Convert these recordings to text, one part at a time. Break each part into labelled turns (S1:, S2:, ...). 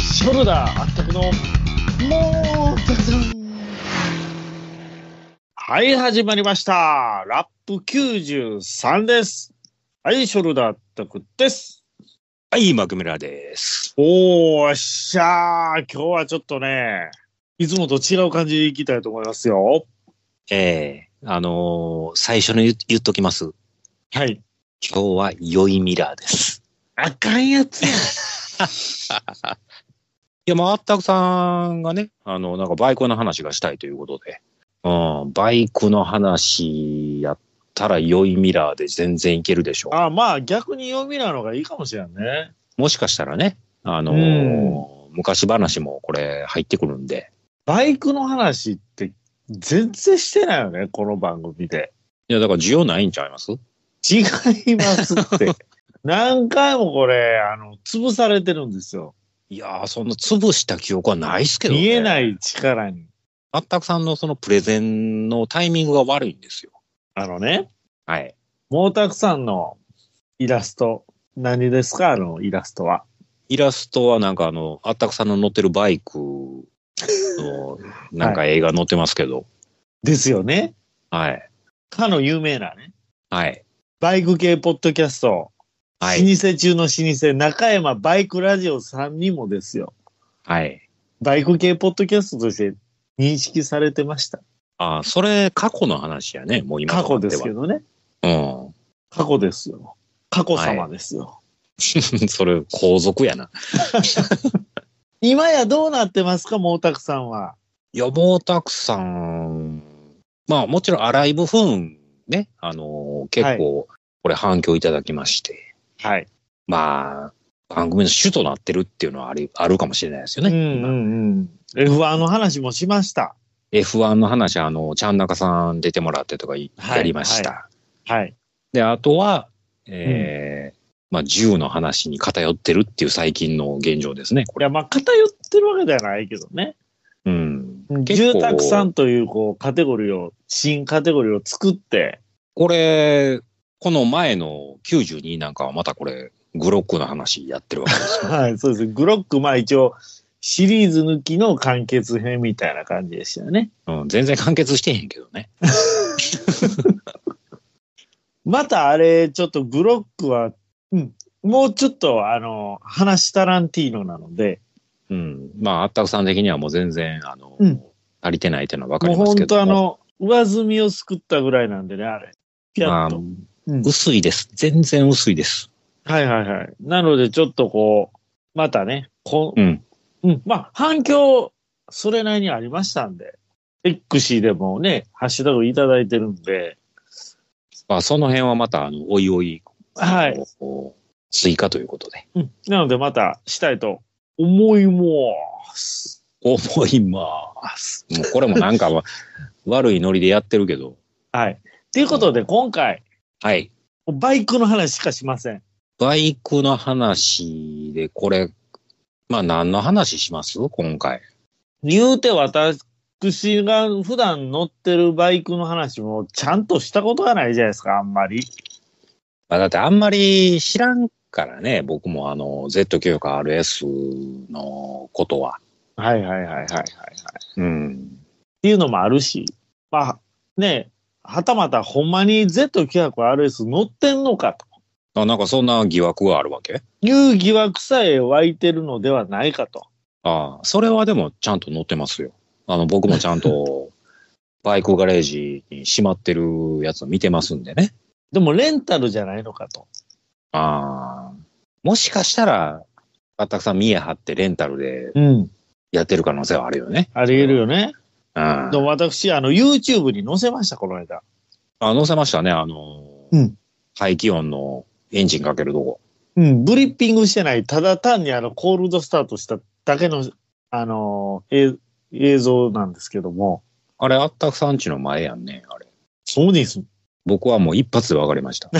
S1: ショルダーあったくの、もう、たくさん。はい、始まりました。ラップ93です。はい、ショルダーあったくです。
S2: はい、マクミラーです。
S1: おー、よっしゃー。今日はちょっとね、いつもと違う感じでいきたいと思いますよ。
S2: ええあのー最初に言言っときます。
S1: はい。
S2: 今日は良いミラーです。
S1: あかんやつや。
S2: いや、まあ、あったくさんがね、あの、なんかバイクの話がしたいということで、うん、バイクの話やったら良いミラーで全然いけるでしょ
S1: あ、まあ逆に読みなのがいいかもしれんね。
S2: う。もしかしたらね、あのー昔話もこれ入ってくるんで、
S1: バイクの話って全然してないよね、この番組で。
S2: いや、だから需要ないんちゃいます
S1: 違います って。何回もこれ、あの、潰されてるんですよ。
S2: いやー、そんな潰した記憶はないっすけど、ね。
S1: 見えない力に。
S2: あったくさんのそのプレゼンのタイミングが悪いんですよ。
S1: あのね、
S2: はい。
S1: 毛沢さんのイラスト、何ですかあの、イラストは。
S2: イラストはなんかあの、あったくさんの乗ってるバイクの、なんか映画載ってますけど、
S1: ですよね。
S2: はい。
S1: かの有名なね。
S2: はい。
S1: バイク系ポッドキャスト。
S2: はい。
S1: 老舗中の老舗、中山バイクラジオさんにもですよ。
S2: はい。
S1: バイク系ポッドキャストとして認識されてました。
S2: ああ、それ過去の話やね、もう今
S1: 過去ですけ
S2: ど。
S1: どね。
S2: う
S1: 過去ですよ。過去様ですよ。
S2: ん。 それ、皇族やな。
S1: 今やどうなってますか毛沢さんは。
S2: 予防たくさん、まあもちろんアライブフーンね、あのー結構、これ反響いただきまして、
S1: はい。
S2: まあ、番組の主となってるっていうのはありあるかもしれないですよね。
S1: うんうんうん。F1 の話もしました。
S2: F1 の話、あの、ちゃん中さん出てもらってとかい
S1: はい
S2: やりました。
S1: はい。
S2: で、あとは、えーまあ、銃の話に偏ってるっていう最近の現状ですね、こ
S1: い
S2: れ。
S1: や、まあ、偏ってるわけではないけどね。
S2: うん。結
S1: 住
S2: 構
S1: 宅さんという、こう、カテゴリーを、新カテゴリーを作って、
S2: これ、この前の92なんかはまたこれ、グロックの話やってるわけですよ。
S1: はい、そうです。グロック、まあ一応、シリーズ抜きの完結編みたいな感じでしたよね。
S2: うん、全然完結してへんけどね。
S1: またあれ、ちょっとグロックは、うん、もうちょっと、あの、話タランティーノなので、
S2: うん。まあ、あったくさん的にはもう全然、あの、
S1: うん
S2: 足りてないっていうのはわか
S1: もう
S2: ります
S1: 本
S2: けど
S1: 当あ
S2: も。
S1: の、上積みを作ったぐらいなんでね、あれ。ピャッと。
S2: ま
S1: うん
S2: あ、薄いです。全然薄いです。
S1: はいはいはい。なので、ちょっとこう、またね、こ
S2: うん。
S1: うん、まあ、反響、それなりにありましたんで、X でもね、ハッシュタグいただいてるんで、
S2: まあ、その辺はまた、あの、おいおい、
S1: はい
S2: あの。こう追加ということで。
S1: うん、なので、またしたいと思います。
S2: 思います。もうこれもなんか わ悪いノリでやってるけど。
S1: はい。ということで、今回、
S2: はい。
S1: バイクの話しかしません。
S2: バイクの話で、これ、まあ何の話します今回。
S1: 言うて、私が普段乗ってるバイクの話も、ちゃんとしたことがないじゃないですか、あんまり。
S2: まあ、だってあんまり知らんからね、僕もあの Z9 か RS のことは。
S1: はいはいはいはいはい、はい。
S2: うん。
S1: っていうのもあるし、まあね、はたまたほんまに Z900RS 乗ってんのかと
S2: あなんかそんな疑惑があるわけ
S1: いう疑惑さえ湧いてるのではないかと。
S2: ああ、それはでもちゃんと載ってますよ。あの僕もちゃ んとバイクガレージにしまってるやつを見てますんでね。
S1: でもレンタルじゃないのかと。
S2: ああ。もしかしたら、あったくさん見え張ってレンタルで
S1: うん。
S2: やってる可能性はあるよね。
S1: ありえるよね。
S2: うん。
S1: でも私、あの YouTube に載せました、この間。
S2: あ、載せましたね。あの、
S1: うん
S2: 排気音のエンジンかけるとこ。
S1: うん、ブリッピングしてない、ただ単にあのコールドスタートしただけの、あのーえ映像なんですけども。
S2: あれ、あったくさんちの前やんね。あれ。
S1: そうです。
S2: 僕はもう一発で分かりま した。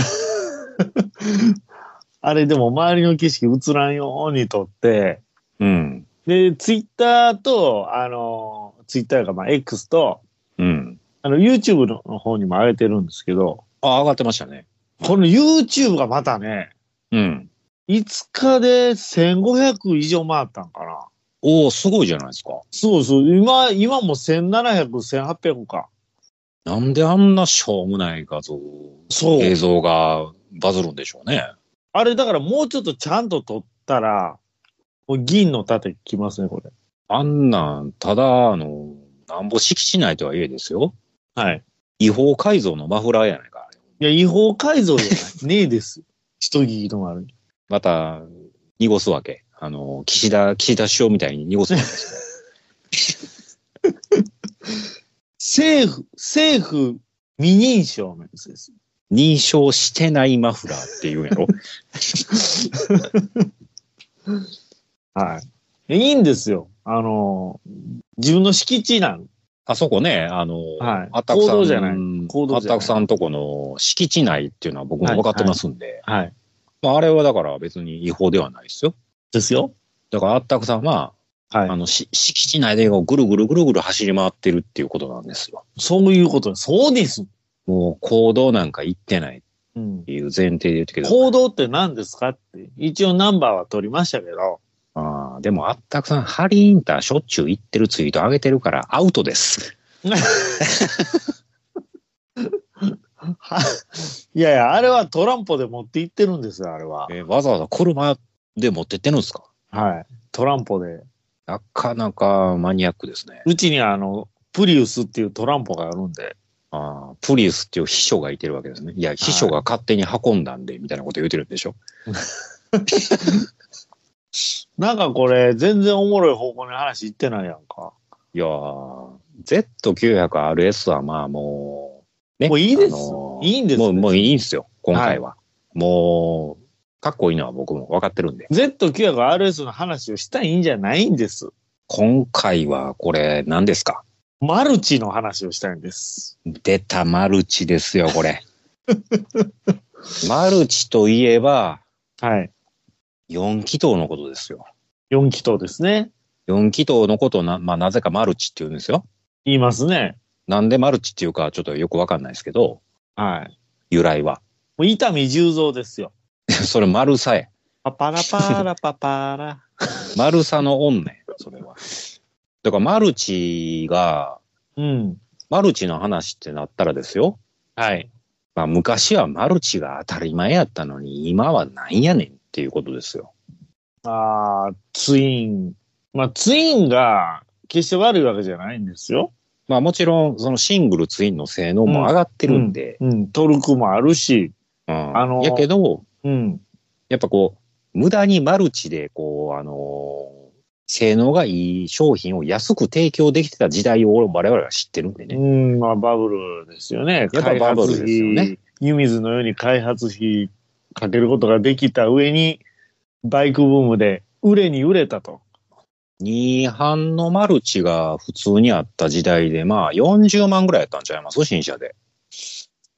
S1: あれでも周りの景色映らんように撮って、
S2: うん。
S1: で、ツイッターと、あの、ツイッターが、まあ、X と、
S2: うん。
S1: あの、YouTube の方にも上げてるんですけど、
S2: あ、上がってましたね。
S1: この YouTube がまたね、
S2: うん。
S1: 5日で1500以上回ったんかな。
S2: おおすごいじゃないですか。
S1: そうそう。今、今も1700、1800か。
S2: なんであんなしょうもない画像、
S1: そう
S2: 映像がバズるんでしょうね。
S1: あれだからもうちょっとちゃんと撮ったら、もう銀の盾きますね、これ。
S2: あんなん、ただ、あの、なんぼ敷地内とはいえですよ。
S1: はい。
S2: 違法改造のマフラーやないか。
S1: いや、違法改造じゃない。ねえです。 人聞きのある。
S2: また、濁すわけ。あの、岸田、岸田首相みたいに濁すわ け。
S1: 政府、政府未認証のやつです。
S2: 認証してないマフラーっていうんや ろ。
S1: はい。いいんですよ。あの、自分の敷地なん。
S2: あそこね、あの、
S1: はい
S2: あったくさ
S1: 行
S2: ん、
S1: 動じゃない行動
S2: あっ
S1: じゃない
S2: たくさんとこの敷地内っていうのは僕も分かってますんで、
S1: はい。
S2: まあ、あれはだから別に違法ではないですよ。
S1: ですよ。
S2: だからあったくさんは、
S1: はい
S2: あ。の、し敷地内でぐるぐるぐるぐる走り回ってるっていうことなんですよ。
S1: そういうことですそうです。
S2: もう行動なんか行ってないっ
S1: うん。
S2: ていう前提で言ってけど、
S1: 行動って何ですかって、一応ナンバーは取りましたけど、
S2: あーでもあったくさん、ハリーインターしょっちゅう行ってるツイート上げてるからアウトです。
S1: はいやいや、あれはトランポで持って行ってるんですよ、あれは。
S2: えーわざわざ車で持ってってるんですか
S1: はい。トランポで。
S2: なかなかマニアックですね。
S1: うちにあの、プリウスっていうトランポがあるんで。
S2: あープリウスっていう秘書がいてるわけですね。いや、秘書が勝手に運んだんで、みたいなこと言うてるんでしょ
S1: なんかこれ、全然おもろい方向に話いってないやんか。
S2: いやー、Z900RS はまあもう、ね
S1: もういいです
S2: あのー
S1: いいんです
S2: もう、もういいんですよ、今回は。もう、かっこいいのは僕も分かってるんで。
S1: Z900RS の話をしたいんじゃないんです。
S2: 今回はこれ何ですか
S1: マルチの話をしたいんです。
S2: 出たマルチですよ、これ。マルチといえば、
S1: はい。
S2: 4気筒のことですよ。
S1: 4気筒ですね。
S2: 4気筒のことをな、まあなぜかマルチって言うんですよ。
S1: 言いますね。
S2: なんでマルチっていうかちょっとよくわかんないですけど、
S1: はい。
S2: 由来は。
S1: もう伊丹十三ですよ。
S2: それ丸さえ。
S1: パパラパラパパラ。
S2: 丸さの恩ね、それは。だからマルチが、
S1: うん。
S2: マルチの話ってなったらですよ。
S1: はい。
S2: まあ昔はマルチが当たり前やったのに、今はなんやねんっていうことですよ。
S1: あーツイン。まあ、ツインが決して悪いわけじゃないんですよ。
S2: まあもちろん、そのシングルツインの性能も上がってるんで。
S1: うん。トルクもあるし。
S2: うん
S1: あのー
S2: やけど、
S1: うん。
S2: やっぱこう、無駄にマルチで、こう、あのー性能がいい商品を安く提供できてた時代を我々は知ってるんでね。
S1: うん、まあ、バブルですよね。
S2: やっぱバブルですよね
S1: 開発費。湯水のように開発費かけることができた上に、バイクブームで売れに売れたと。
S2: 二班のマルチが普通にあった時代で、まあ40万ぐらいやったんちゃいます新車で。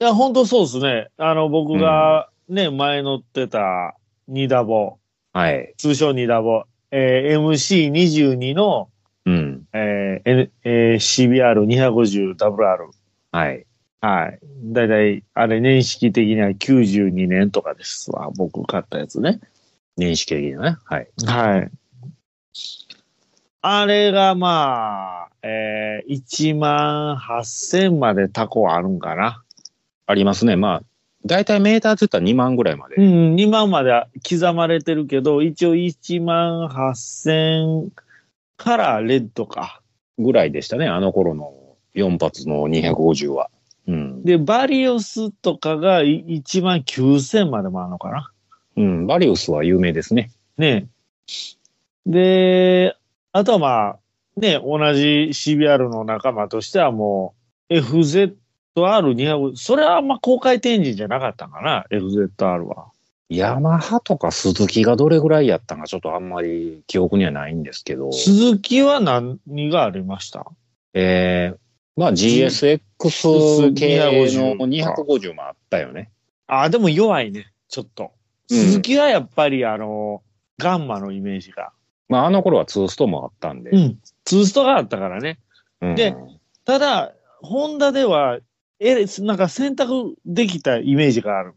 S1: いや、本当そうですね。あの、僕がね、前乗ってたニダボ、
S2: はい。
S1: 通称ニダボ、えー MC22 の、
S2: うん。
S1: えー N- えー CBR250WR。
S2: はい。
S1: はい。だいたい、あれ、年式的には92年とかですわ。僕買ったやつね。
S2: 年式的なね。はい。
S1: はい。あれが、まあ、えー、1万8000までタコあるんかな。
S2: ありますね。まあ、だいたいメーターつったら2万ぐらいまで。
S1: うん、2万まで刻まれてるけど、一応1万8000からレッドか。
S2: ぐらいでしたね。あの頃の4発の250は。うん。
S1: で、バリオスとかが1万9000までもあるのかな。
S2: うん。バリウスは有名ですね。
S1: ねえで、あとはまあ、ね、同じ CBR の仲間としてはもう、FZR250、それはあんま公開展示じゃなかったんかな、FZR は。
S2: ヤマハとかスズキがどれぐらいやったんかちょっとあんまり記憶にはないんですけど。
S1: 鈴木は何がありました
S2: えー、まあ GSX 系の250もあったよね。
S1: あ、でも弱いね、ちょっと。
S2: うん
S1: 鈴木はやっぱり、あの、ガンマのイメージが。
S2: まああの頃はツーストもあったんで。
S1: ん。ツーストがあったからね。
S2: うん
S1: でただ、ホンダでは、え、なんか選択できたイメージがある。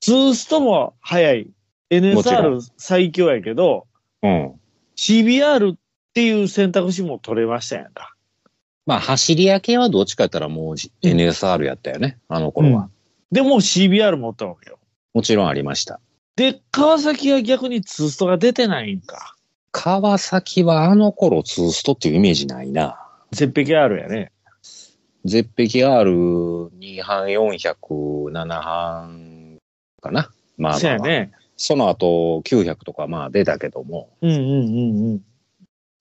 S1: ツーストも速い。
S2: もちろ
S1: NSR 最強やけど、
S2: うん。
S1: CBR ていう選択肢も取れましたやんか。
S2: まあ、走り屋系はどっちかやったらもう NSR やったよね、あの頃は。
S1: でも CBR 持ったわけよ。
S2: もちろんありました。
S1: で、川崎は逆にツーストが出てないんか。
S2: 川崎はあの頃ツーストっていうイメージないな。
S1: 絶壁 R やね。
S2: 絶壁 R2 班400、7班かな。まあまあまあ
S1: そうやね。
S2: その後900とかまあ出たけども、
S1: うんうんうんうん。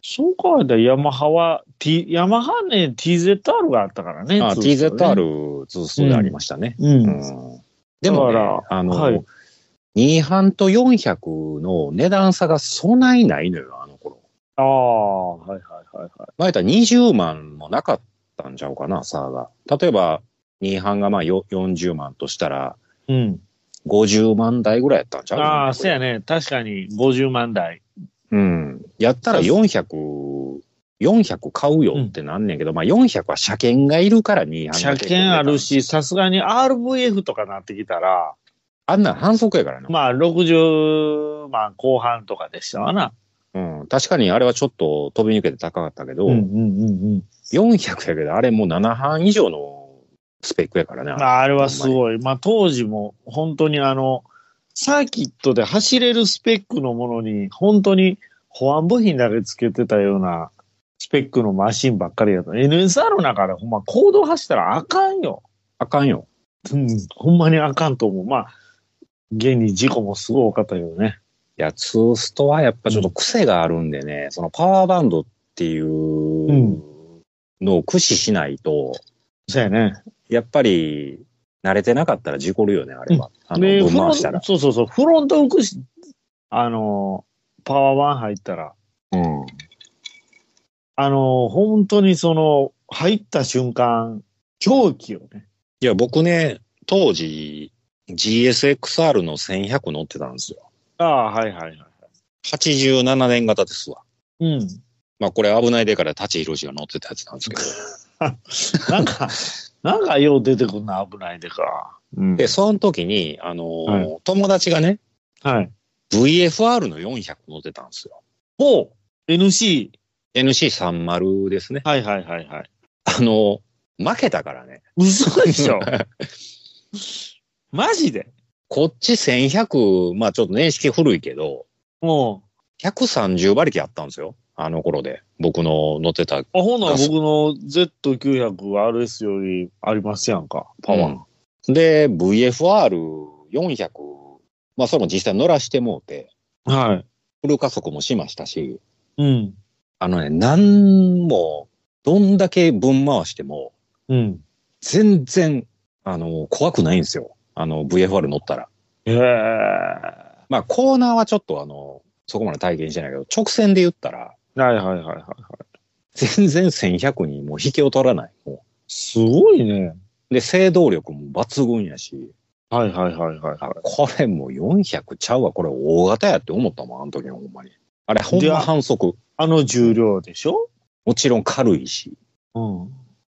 S1: そう考えたらヤマハは、T、ヤマハね、TZR があったからね。
S2: あ
S1: ツーストね。
S2: TZR ツーストでありましたね。
S1: う。
S2: うんんでもね、
S1: だから
S2: あの、
S1: はい
S2: 2班と400の値段差がそないないのよ、あの頃。
S1: ああ、はいはいはいは
S2: 前たら20万もなかったんちゃうかな、差が。例えば、2班がまあよ40万としたら、
S1: い。うん。
S2: 50万台ぐらいやったんちゃう
S1: ああ、そうや
S2: ね。
S1: ね。確かに50万台。
S2: うん。やったら400、400買うよってなんねんけど、まあ400は車検がいるから2班
S1: 車
S2: が結構出た
S1: 検ある。し、さすがに RVF とかなってきたら、
S2: あんなん反則やからね。
S1: まあ60万後半とかでしたわな。
S2: うん。確かにあれはちょっと飛び抜けて高かったけど、
S1: うんうん。
S2: 400やけど、あれもう7班以上のスペックやからね。
S1: まああれはすごい。まあ当時も本当にあの、サーキットで走れるスペックのものに、本当に保安部品だけつけてたようなスペックのマシンばっかりやった。NSR の中でほんま行動走ったらあかんよ。
S2: あかんよ。
S1: うん、ほんまにあかんと思う。まあ、現に事故もすごい多かったけどね。
S2: いや、ツーストはやっぱちょっと癖があるんでね、そのパワーバンドっていうんうのを駆使しないと、
S1: そうやね。
S2: やっぱり慣れてなかったら事故るよね、あれは。あ
S1: で
S2: の、ぶ
S1: フ
S2: ん
S1: ロン
S2: 回したら。
S1: そうそうそう、フロント浮くし、あの、パワーワン入ったら、
S2: うん。
S1: あの、本当にその、入った瞬間、狂気よね。
S2: いや、僕ね、当時 GSXR の1100乗ってたんですよ。
S1: ああ、はいはいはい。
S2: 87年型ですわ。
S1: うん。
S2: まあこれ危ないでから舘ひろしが乗ってたやつなんですけど。
S1: なんか、 なんかよう出てくるな、危ないでか。うん
S2: で、その時に、あのー
S1: は
S2: 友達がね、
S1: はい。
S2: VFR の400乗ってたんですよ。
S1: おう !NC。
S2: NC30 ですね。
S1: はいはいはいはい。
S2: あの、負けたからね。
S1: 嘘で しょマジで
S2: こっち1100、まあちょっと年式古いけど、
S1: も
S2: 130馬力あったんですよ。あの頃で。僕の乗ってた
S1: う。あ、ほんなら僕の Z900RS よりありますやんか、パ
S2: パ
S1: ワー。
S2: ワー。で、VFR400、まあそれも実際乗らしてもうて、
S1: はい。
S2: フル加速もしましたし、
S1: うん。
S2: あのね、なんも、どんだけ分回しても、
S1: うん。
S2: 全然、あの、怖くないんですよ。あの、VFR 乗ったら。
S1: へえ。
S2: まあコーナーはちょっとあの、そこまで体験してないけど、直線で言ったら、
S1: はいはいはいはい。
S2: 全然1100にもう引けを取らない。も
S1: すごいね。
S2: うで、制動力も抜群やし、
S1: はいはいはいはい
S2: あ
S1: は
S2: これもう400ちゃうわ、これ大型やって思ったもん、あの時はほんまに。あれ、ほん
S1: で
S2: ま反則。
S1: あの重量でしょ
S2: もちろん軽いし。
S1: うん。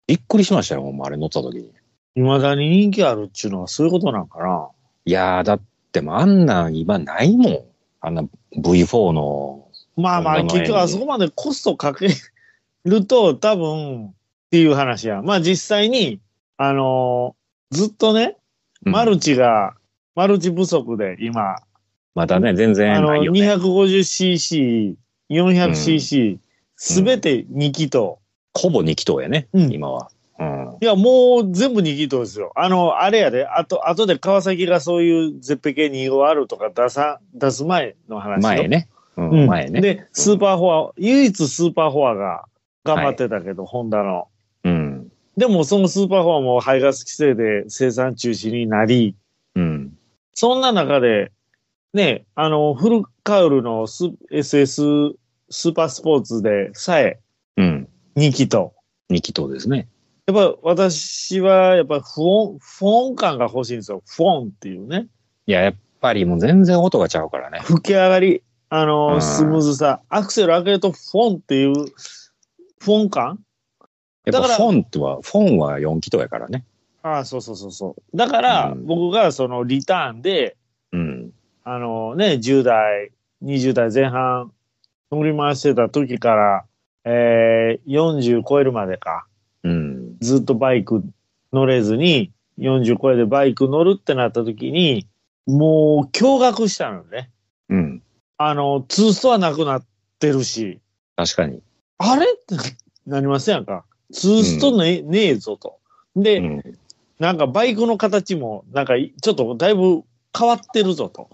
S2: びっくりしましたよ、ほんま、あれ乗った時に。
S1: 未だに人気あるっちゅうのはそういうことなんかな。
S2: いやー、だってもうあんなん今ないもん。あんな V4 の、
S1: まあまあ、
S2: そんなの
S1: 結局あそこまでコストかけると多分っていう話や。まあ実際に、あのーずっとね、
S2: うん
S1: マルチが、マルチ不足で今、
S2: まだね、全
S1: あ
S2: 然
S1: の
S2: ないよ、ね。
S1: 250cc、400cc、すべて2気筒。
S2: ほぼ2気筒やね、
S1: うん
S2: 今は。うん。
S1: いや、もう全部2気筒ですよ。あの、あれやで、あと、あとで川崎がそういう絶壁 25R とか出さ、出す前の話よ。
S2: 前ね。うん、
S1: うん。
S2: 前ね。
S1: で、スーパーフォア、唯一スーパーフォアが頑張ってたけど、ホンダの。
S2: うん。
S1: でも、そのスーパーフォアも排ガス規制で生産中止になり、
S2: うん。
S1: そんな中で、ね、あの、フルカウルのス SS スーパースポーツでさえ
S2: うん。
S1: 2気筒。
S2: 2気筒ですね。
S1: やっぱ私は、やっぱ不音、不音感が欲しいんですよ。不音っていうね。
S2: いや、やっぱりもう全然音がちゃうからね。
S1: 吹き上がり、あ
S2: う
S1: の、
S2: ん
S1: スムーズさ。アクセル開けるとフォンっていう、フォン感
S2: やっ
S1: だか
S2: ぱ
S1: ら
S2: フォンとは、フォンは4気筒やからね。
S1: ああ、そうそうそうそう。だから
S2: う、ん
S1: 僕がそのリターンで、
S2: うん。
S1: あのね、10代、20代前半乗り回してた時から、えー、40超えるまでか、
S2: うん。
S1: ずっとバイク乗れずに、40超えてバイク乗るってなった時に、もう驚愕したのね。
S2: うん。
S1: あの、ツーストアなくなってるし、
S2: 確かに。
S1: あれってなりますやんか。ツーストね,、ねえぞと。で、
S2: うん。
S1: なんかバイクの形も、なんかいちょっとだいぶ変わってるぞと。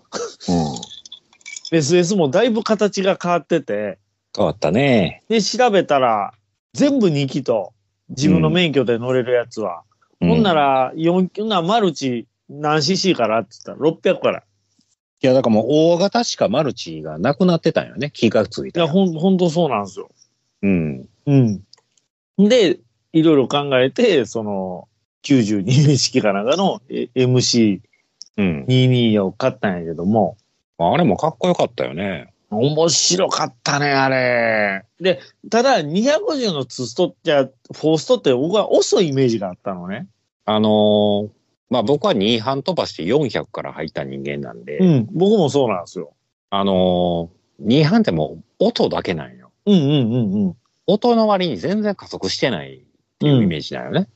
S1: SS もだいぶ形が変わってて、
S2: 変わったね。
S1: で、調べたら、全部2機と、自分の免許で乗れるやつは。
S2: うん
S1: ほんな。ら、4機、ほんならマルチ何 cc からって言ったら600から。
S2: いや、だからもう大型しかマルチがなくなってたんよね。気がつい
S1: い
S2: たら。
S1: や、ほん、ほんとそうなんですよ。
S2: うん。
S1: うん。で、いろいろ考えて、その、92式かなんかのえ MC22
S2: うん。
S1: を買ったんやけども、
S2: あれもかっこよかったよね。
S1: 面白かったね、あれ。で、ただ、250のツーストって、フォーストって僕は遅いイメージがあったのね。
S2: あのーまあ、僕は2半飛ばして400から入った人間なんで、
S1: うん、僕もそうなんですよ。
S2: あのー、2半ってもう音だけなんよ。
S1: うんうんうんうん。
S2: 音の割に全然加速してないっていうイメージだよね。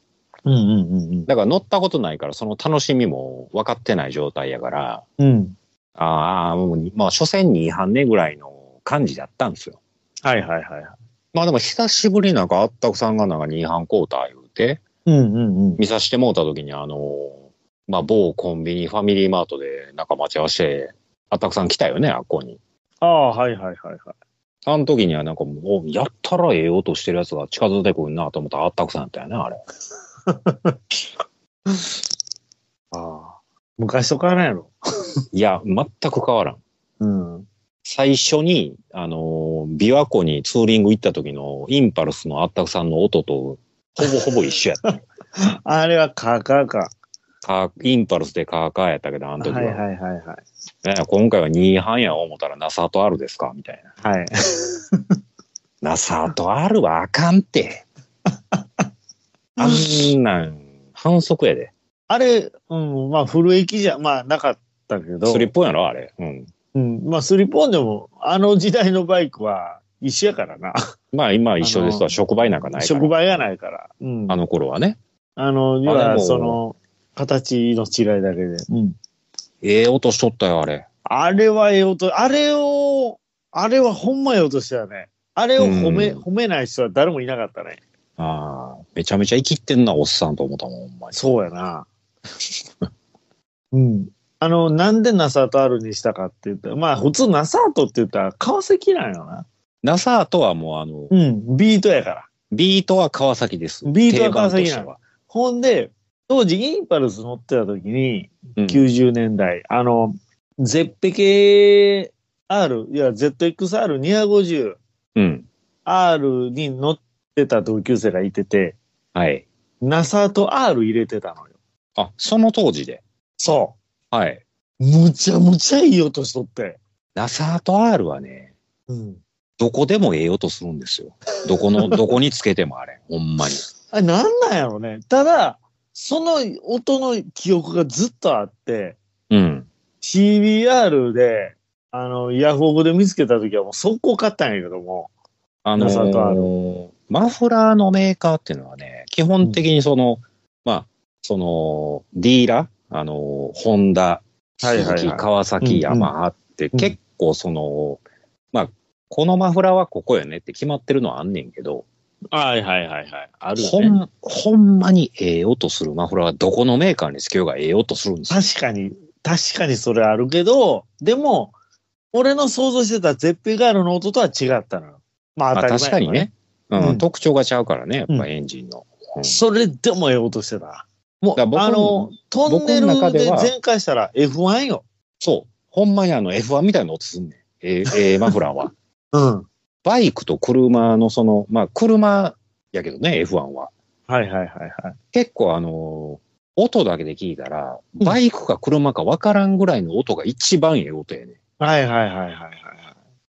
S1: うんうんうん
S2: だから乗ったことないから、その楽しみも分かってない状態やから、
S1: うん。うん。
S2: ああ、もうに、まあ、所詮2半ねぐらいの感じだったんですよ。
S1: はいはいはいはい。
S2: まあでも久しぶりなんかあったくさんがなんか2半交代言うて、
S1: うんうんうん。
S2: 見させてもうた時にあのー、まあ某コンビニファミリーマートでなんか待ち合わせて、あったくさん来たよね、あっこに。
S1: ああ、はいはいはいはい。
S2: あの時にはなんかもう、おやったらええ音してるやつが近づいてくるなと思ったらあったくさんやったよね、あれ。
S1: ああ。昔と変わらんやろ。
S2: いや、全く変わらん。
S1: うん。
S2: 最初に、あのー、琵琶湖にツーリング行った時のインパルスのあったくさんの音と、ほぼほぼ一緒や った。
S1: あれはカーカーか。
S2: カーインパルスでカーカーやったけど、あの
S1: はい
S2: 時は。
S1: はいはいはい。
S2: ね今回は2半や思ったら、ナサとあるですかみたいな。
S1: はい。
S2: ナサとあるはあかんって。あんなん、反則やで。
S1: あれ、うん、まあ、古駅じゃ、まあ、なかったけど。
S2: スリッポンやろ、あれ。うん。
S1: うん、まあ、スリポンでも、あの時代のバイクは一緒やからな。
S2: まあ今は一緒です
S1: あ
S2: わ。
S1: の
S2: 触媒なんかないから。
S1: 触媒がないから。うん。
S2: あの頃はね。
S1: あの、要
S2: あで
S1: は、
S2: も
S1: その、形の違いだけで。うん。
S2: ええ音しとったよ、あれ。
S1: あれはええ音、あれを、あれはほんまええ音したよね。あれを褒め、
S2: うん
S1: 褒めない人は誰もいなかったね。
S2: ああ、めちゃめちゃ生きってんな、おっさんと思ったもん、ほんまに。
S1: そうやな。 うん。あの、なんでナサートあるにしたかって言ったら、まあ、普通ナサートって言ったら川崎なんよな。
S2: ナサーとはもうあの、
S1: うん、ビートやから。
S2: ビートは川崎です。
S1: ビートは川崎な
S2: 定
S1: の
S2: 番と
S1: ほんで、当時インパルス乗ってた時に、
S2: しては。
S1: 90年代、あの、絶壁 R、いや、ZXR250、
S2: うん。うん。
S1: R に乗ってた同級生がいてて、
S2: はい。
S1: ナサと R 入れてたのよ。
S2: あ、その当時で。
S1: そ
S2: はい。
S1: う。むちゃむちゃいい音しとって。
S2: ナサーと R はね、
S1: うん。
S2: どこでもええ音するんですよ。どこ の、どこにつけてもあれ。ほんまに。
S1: あれ、なんなんやろね。ただ、その音の記憶がずっとあって、
S2: うん。
S1: CBR で、あの、ヤフオクで見つけた時はもう速攻買ったんやけども。
S2: あのー
S1: ナサーと
S2: R マフラーのメーカーっていうのはね、基本的にその、まあ、その、ディーラー、あのー、ホンダ、
S1: はいはい
S2: 鈴
S1: はい
S2: 木、川
S1: うんう
S2: 崎、
S1: ん
S2: ヤマハって、
S1: うん
S2: 結構その、まあ、このマフラーはここよねって決まってるのはあんねんけど、
S1: はいはいはいはい。あ
S2: ほ。ん、ほんまにええ音するマフラーはどこのメーカーにつけようがええ音するんですよ。
S1: 確かに、確かにそれあるけど、でも、俺の想像してた絶壁ガールの音とは違ったのよ。まあ
S2: ま
S1: 当
S2: あ
S1: たり前や
S2: 確かにね、う、
S1: うんん
S2: 特徴がちゃうからね、やっ
S1: う
S2: ぱ
S1: ん
S2: エンジンの。うん
S1: それでもええ音してた。もう、
S2: だから僕
S1: あの、トンネ
S2: 僕の中
S1: ル
S2: で
S1: で
S2: は
S1: 全開したら F1 よ。
S2: そう。ほんまにあの F1 みたいな音すんねん。ええええマフラーは。
S1: うん。
S2: バイクと車のその、まあ車やけどね、F1 は。
S1: はいはいはいはい。
S2: 結構あのー音だけで聞いたら、バイクか車か分からんぐらいの音が一番ええ音やねん。
S1: はいはいはいはいはい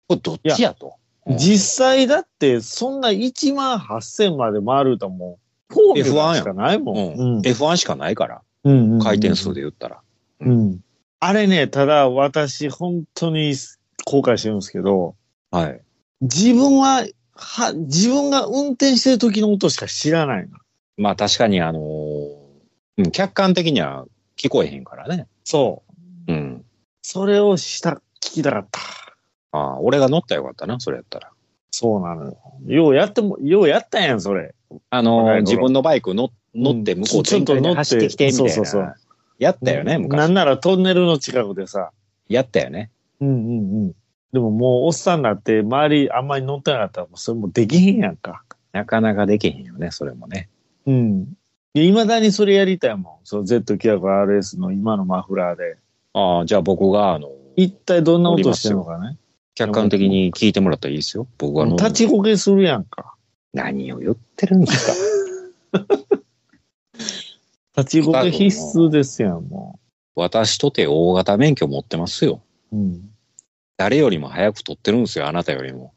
S2: これどっちやと。
S1: はい。実際だって、そんな1万8000まで回るともう、フォーミュラ
S2: F1 やん
S1: しかない
S2: うん
S1: もん。
S2: うん F1 しかないから、
S1: うんうん
S2: 回転数で言ったら。
S1: うん。あれね、ただ私、本当に後悔してるんですけど、
S2: はい。
S1: 自分は、は、自分が運転してる時の音しか知らないな。
S2: まあ確かにあのーうん、客観的には聞こえへんからね。
S1: そう。
S2: うん。
S1: それをした、聞きたかった。
S2: ああ、俺が乗ったらよかったな、それやったら。
S1: そうなのよ。ようやっても、ようやったんやん、それ。
S2: あの
S1: 若い頃
S2: ー自分のバイク乗乗って
S1: うん
S2: 向こう
S1: ちょ
S2: 全
S1: ちょっと
S2: 開
S1: 乗
S2: で
S1: って
S2: 走ってきてみたいな。
S1: そうそうそう
S2: やったよね、
S1: な
S2: 昔。
S1: んならトンネルの近くでさ。
S2: やったよね。
S1: うんうんうん。でももうおっさんになって、周りあんまり乗ってなかったら、もうそれもうできへんやんか。
S2: なかなかできへんよね、それもね。
S1: うん。いまだにそれやりたいもん。その Z900RS の今のマフラーで。
S2: ああ、じゃあ僕が、あの、
S1: 一体どんな音してるのかね。
S2: 客観的に聞いてもらったらいいですよ。僕は乗る
S1: 立ちこけするやんか。
S2: 何を言ってるんですか。
S1: 立ちこけ必須ですやん、も
S2: 私とて大型免許持ってますよ。
S1: う。うん。
S2: 誰よりも早く取ってるんですよ、あなたよりも。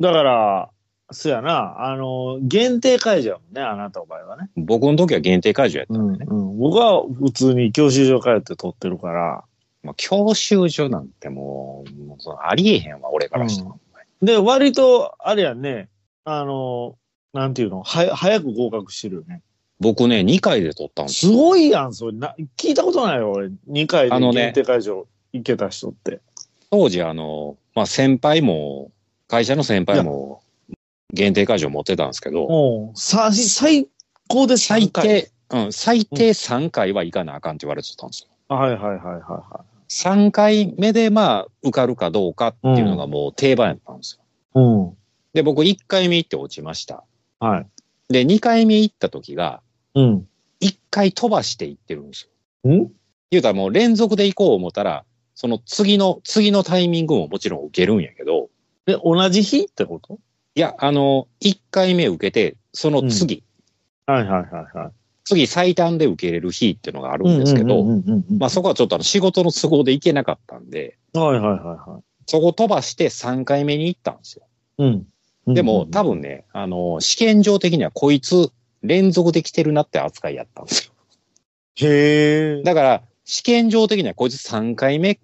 S1: だから、そやな、あの、限定解除やもんね、あなたの場合はね。
S2: 僕の時は限定解除やった
S1: うんん、
S2: でね。
S1: うん。僕は普通に教習所通って取ってるから。
S2: まあ、教習所なんてもう、もうそのありえへんわ、俺からしたら。
S1: うで、割と、あれやんね、あの、なんていうの、はや、早く合格してるよね。
S2: 僕ね、2回で取ったんです
S1: すごいやん、それ。な聞いたことないよ、俺。2回
S2: あ
S1: で
S2: のね
S1: 限定解除行けた人って。
S2: 当時、あの、まあ、先輩も、会社の先輩も、限定解除持ってたんですけど、
S1: うん。さ、最高で
S2: 最
S1: 3回。
S2: 低、うん、最低3回は行かなあかんって言われてたんですよ。
S1: はいはいはいはいは
S2: 3回目で、まあ、受かるかどうかっていうのがもう定番やったんですよ。
S1: い。うん。
S2: で、僕1回目行って落ちました。
S1: はい。
S2: で、2回目行った時が、
S1: うん。
S2: 1回飛ばして行ってるんですよ。
S1: ん
S2: 言うたらもう連続で行こう思ったら、その次の、次のタイミングももちろん受けるんやけど、
S1: で、同じ日ってこと
S2: いや、あの、1回目受けて、その次、
S1: はいはいはいはい。
S2: 次最短で受けれる日っていうのがあるんですけど、
S1: うんうんうんうんうん
S2: まあそこはちょっとあの仕事の都合で行けなかったんで、
S1: はいはいはいは
S2: そこ飛ばして3回目に行ったんですよ。
S1: い。うん。
S2: でも多分ね、あの、試験上的にはこいつ連続で来てるなって扱いやったんですよ。
S1: へえ。
S2: だから、試験上的にはこいつ3回目っ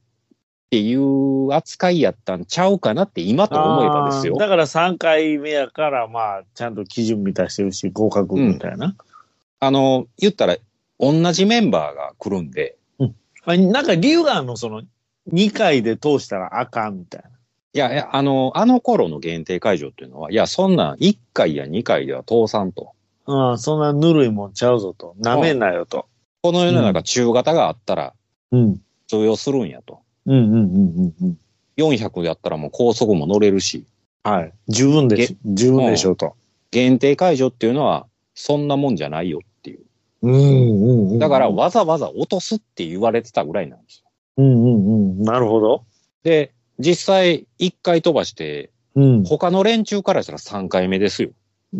S2: ていう扱いやったんちゃうかなって今と思えばです
S1: あ
S2: よ
S1: ー。だから3回目やから、まあ、ちゃんと基準満たしてるし、合格みたいな。
S2: あの、言ったら、同じメンバーが来るんで、
S1: まあ、なんか理由があるの、その、2回で通したらあかんみたい
S2: いや、いやあの、あの頃の限定会場っていうのは、いや、そんなん1回や2回では倒産と。
S1: な。うん、そんなぬるいもんちゃうぞと。なめんなよと。
S2: この世の中中型があったら
S1: うん。
S2: 通用するんやと。
S1: うんうんうんうんうん。
S2: 400やったらもう高速も乗れるし、
S1: はい。十分でしょ。十分でしょうと。
S2: 限定会場っていうのはそんなもんじゃないよっていう。
S1: うんうんうん
S2: だから、わざわざ落とすって言われてたぐらいなんですよ。
S1: うんうんうん。なるほど。
S2: で、実際1回飛ばして、
S1: うん。
S2: 他の連中からしたら3回目ですよ。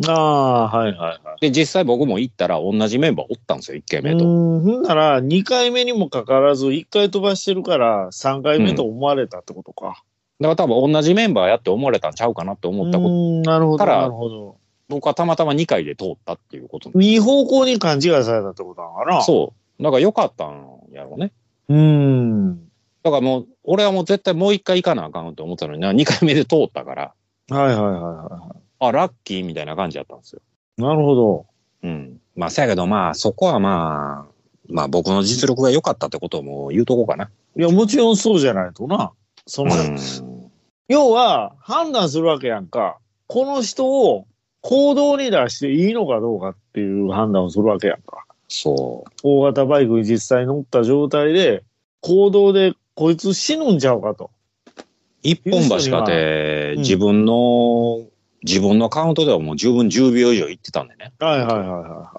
S1: ああ、はいはいはい。
S2: で、実際僕も行ったら同じメンバーおったんですよ、1回目
S1: う
S2: と。
S1: ん、ほんなら、2回目にもかかわらず、1回飛ばしてるから、3回目と思われたってことか。
S2: だから多分同じメンバーやって思われたんちゃうかなって思ったこと。
S1: うん、なるほど、
S2: から
S1: なるほど。
S2: 僕はたまたま2回で通ったっていうこと。
S1: いい方向に勘違いされたってことなのかな
S2: そう。だから良かったんやろうね。
S1: う。うん。
S2: だからもう、俺はもう絶対もう1回行かなあかんって思ったのにな、2回目で通ったから、
S1: はいはいはいは
S2: あ、ラッキーみたいな感じだったんですよ。
S1: い。なるほど。
S2: うん。まあ、せやけどまあ、そこはまあ、まあ僕の実力が良かったってことをもう言うとこうかな。
S1: いや、もちろんそうじゃないとな。その、
S2: うん。
S1: 要は、判断するわけやんか。この人を行動に出していいのかどうかっていう判断をするわけやんか。
S2: そう。
S1: 大型バイクに実際乗った状態で、行動でこいつ死ぬんちゃうかと。
S2: 一本橋かて
S1: う、ん
S2: 自分の、自分のカウントではもう十分10秒以上行ってたんでね。
S1: はいはいはいは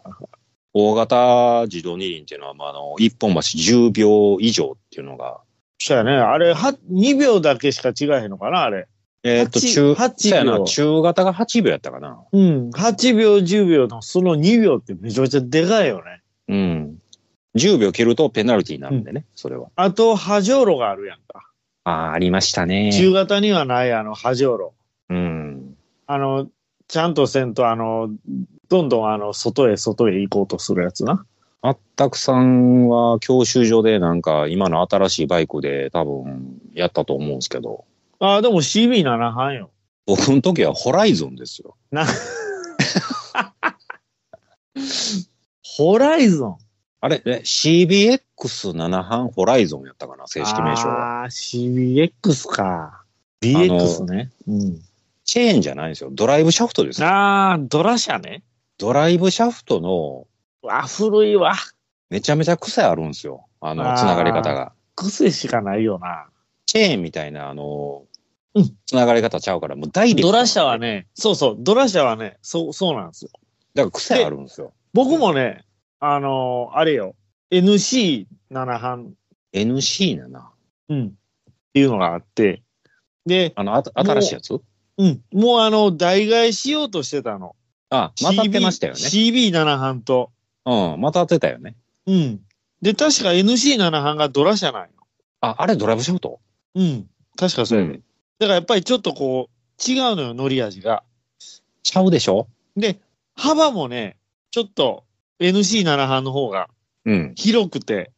S2: 大型自動二輪っていうのは、まあ、あの、一本橋10秒以上っていうのが、
S1: い。そうやね。あれ、は、2秒だけしか違えへんのかな、あれ。
S2: えーっと、
S1: 八
S2: 中、
S1: 八秒
S2: そうやな、中型が8秒やったかな。
S1: うん。8秒、10秒のその2秒ってめちゃめちゃでかいよね。
S2: うん。10秒切るとペナルティーになるんでね、それは。
S1: あと、波状路があるやんか。
S2: ああ、ありましたね。
S1: 中型にはない、あの、波状路。
S2: うん。
S1: あの、ちゃんとせんと、あの、どんどん、あの、外へ外へ行こうとするやつな。
S2: あったくさんは教習所でなんか今の新しいバイクで多分やったと思うんですけど、
S1: ああ、でも CB7 班よ。
S2: 僕の時はホライゾンですよ。
S1: ホライゾン。
S2: あれ、え CBX7 半ホライゾンやったかな、正式名称は。
S1: ああ、CBX か。BX ね。うん。
S2: チェーンじゃないんですよ。ドライブシャフトですよ。
S1: ああ、ドラ社ね。
S2: ドライブシャフトの
S1: わ、古いわ。
S2: めちゃめちゃ癖あるんですよ。あの、
S1: あー
S2: つながり方が。
S1: 癖しかないよな。
S2: チェーンみたいな、あの
S1: うん、
S2: つながり方ちゃうから、もうダイレクト
S1: ド
S2: な
S1: ラ社はね、そうそう、ドラ社はね、そう、そうなんですよ。
S2: だから癖あるんですよ。
S1: 僕もね、あのーあれよ、NC7 班、
S2: NC なな。
S1: うん、っていうのがあって、で、
S2: あの、あた新しいやつ
S1: うん、もうあの、代替えしようとしてたの。
S2: あ、またってましたよね。
S1: CB- CB7 班と。
S2: うん、またってたよね。
S1: うん。で、確か NC7 班がドラ社なんよ。
S2: あ、あれドライブシャフト
S1: うん。確かそうやね、
S2: ん
S1: だからやっぱりちょっとこう、違うのよ、乗り味が。
S2: ちゃうでしょ
S1: で、幅もね、ちょっと NC7 班の方が
S2: うん。
S1: 広くて、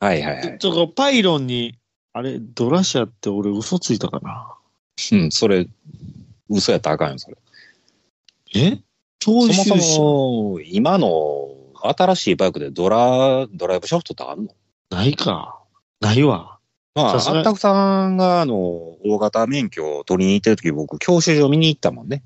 S2: はいはいは
S1: ちょっ
S2: い。
S1: とこうパイロンに、あれ、ドラシャって俺嘘ついたかな
S2: うん、それ、嘘やったらあかんよ、それ。
S1: え
S2: そ
S1: 教
S2: も
S1: 習
S2: そ
S1: 車
S2: も、今の新しいバイクでドラ、ドライブシャフトってあるの
S1: ないか。ないわ。
S2: まあ、
S1: さすが
S2: あったくさんが、あの、大型免許を取りに行ってる時僕、教習所見に行ったもんね。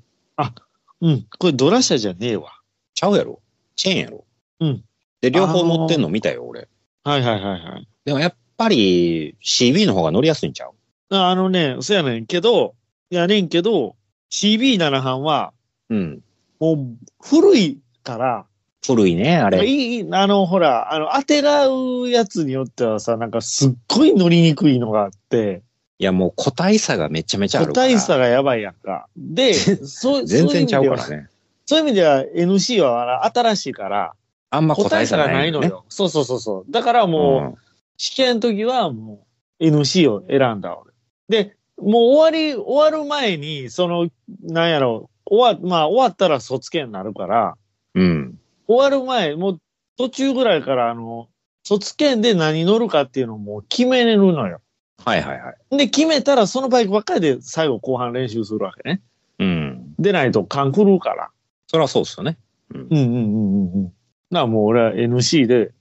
S1: うん。これドラシャじゃねえわ。
S2: ちゃうやろチェーンやろ
S1: うん。
S2: で、両方乗ってんの見たよ、俺。
S1: はいはいはいはい。
S2: でもやっぱり CB の方が乗りやすいんちゃう
S1: ああのね、そやねんけど、やねんけど、CB7 班は、
S2: うん。
S1: もう古いから、
S2: 古いね、あれ。
S1: いい、あの、ほら、あの、当てらうやつによってはさ、なんかすっごい乗りにくいのがあって、
S2: いや、もう個体差がめちゃめちゃあ
S1: 個
S2: るから。
S1: 体差がやばいやんか。で、そう、
S2: 全然ちゃうか
S1: そういう意味では
S2: らね。
S1: そういう意味では NC はあの新しいから、
S2: あんま個
S1: 答え
S2: 体
S1: 差
S2: 差
S1: が
S2: な
S1: ないい
S2: の
S1: の
S2: ね。
S1: よ。そうそうそうそう。だからもう、
S2: うん
S1: 試験の時はもう NC を選んだ俺。で、もう終わり、終わる前に、その、なんやろ終わ、まあ終わったら卒検になるから、
S2: うん。
S1: 終わる前、もう途中ぐらいからあの、卒検で何乗るかっていうのをもう決めれるのよ。
S2: はいはいはい。
S1: で、決めたらそのバイクばっかりで最後後半練習するわけね。
S2: うん。
S1: でないと勘狂うから。
S2: そりゃそうっすよね。
S1: うんうんうんうんうん。なあ、もう俺は NC で、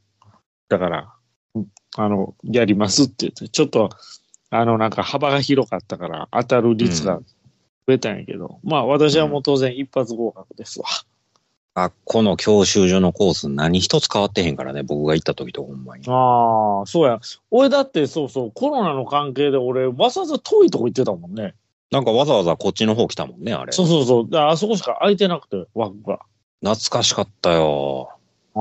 S1: だから、うんあの、やりますって言って、ちょっと、あの、なんか幅が広かったから、当たる率が増えたんやけど、まあ私はもう当然一発合格ですわ。
S2: あ、この教習所のコース何一つ変わってへんからね、僕が行った時とほんまに。
S1: ああ、そうや。俺だってそうそう、コロナの関係で俺、わざわざ遠いとこ行ってたもんね。
S2: なんかわざわざこっちの方来たもんね、あれ。
S1: そうそうそう。だからあそこしか空いてなくて、枠が。
S2: 懐かしかったよ。
S1: あ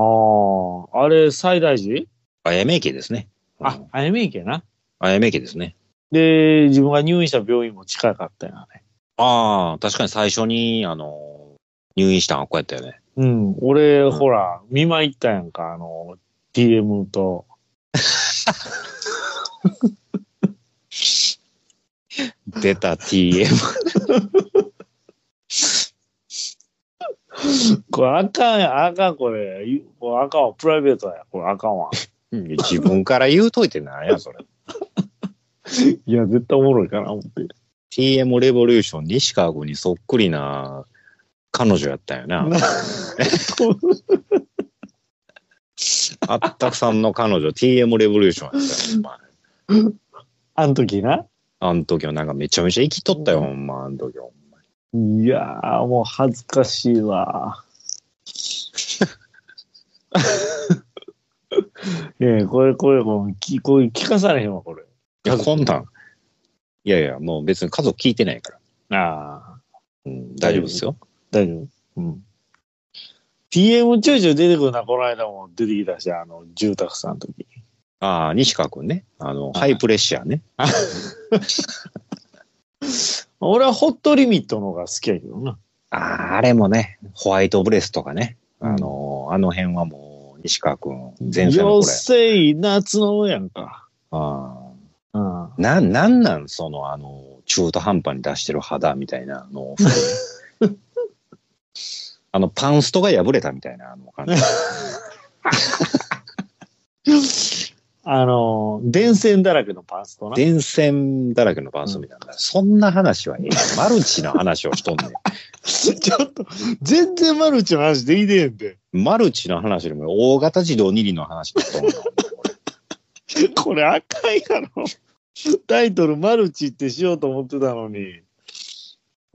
S1: あ、あれ、最大寺
S2: あやめ池ですね。
S1: あ、あやみ池な。
S2: あやめ池ですね。
S1: で、自分が入院した病院も近かったよね。
S2: ああ、確かに最初に、あの、入院したんはこうやったよね。
S1: うん、俺、ほら、見舞い行ったやんか、あの、DM と。
S2: 出た TM。
S1: これあかんや、あかん、これ。ゆこれあかんわ、プライベートや。これあかんわ。
S2: 自分から言うといてなんや、それ。
S1: いや、絶対おもろいかな、思って。
S2: TM レボリューション、西川君にそっくりな彼女やったよな。
S1: な
S2: あったくさんの彼女、TM レボリューションやったよ、ほんま。
S1: あん時な。
S2: あの時はなんかめちゃめちゃ生きとったよ、ほんま、あの時は。
S1: いやー、もう恥ずかしい わ。いやいやこれ、これ、これ、きこれ聞かされへんわ、これ。
S2: いや、こんなん。いやいや、もう別に家族聞いてないから。
S1: ああ、
S2: うん、大丈夫ですよ。
S1: 大丈夫うん。TM ちょいちょい出てくるな、この間も出てきたし、あの、住宅さんの時。
S2: ああ、西川君ね。あ
S1: は
S2: の、
S1: い
S2: ハイプレッシャーね。
S1: 俺はホットリミットの方が好きやけどな。
S2: ああ、あれもね、ホワイトブレスとかね。あの、あの辺はもう、西川君、前世
S1: 女
S2: のこれ。
S1: 性夏のやんか。
S2: ああ。
S1: うん。
S2: な、なんなんその、あの、中途半端に出してる肌みたいな、あ の、服あの、パ ンストが破れたみたいな、あの感じ。
S1: あの、電線だらけのパースとな。
S2: 電線だらけの伴奏みたいな。そんな話はええわマルチな話をしとんね ん。
S1: ちょっと、全然マルチの話できてへんて。
S2: マルチの話よりも大型自動二輪の話しとんねん。
S1: これあかんやろ。タイトルマルチってしようと思ってたのに。
S2: い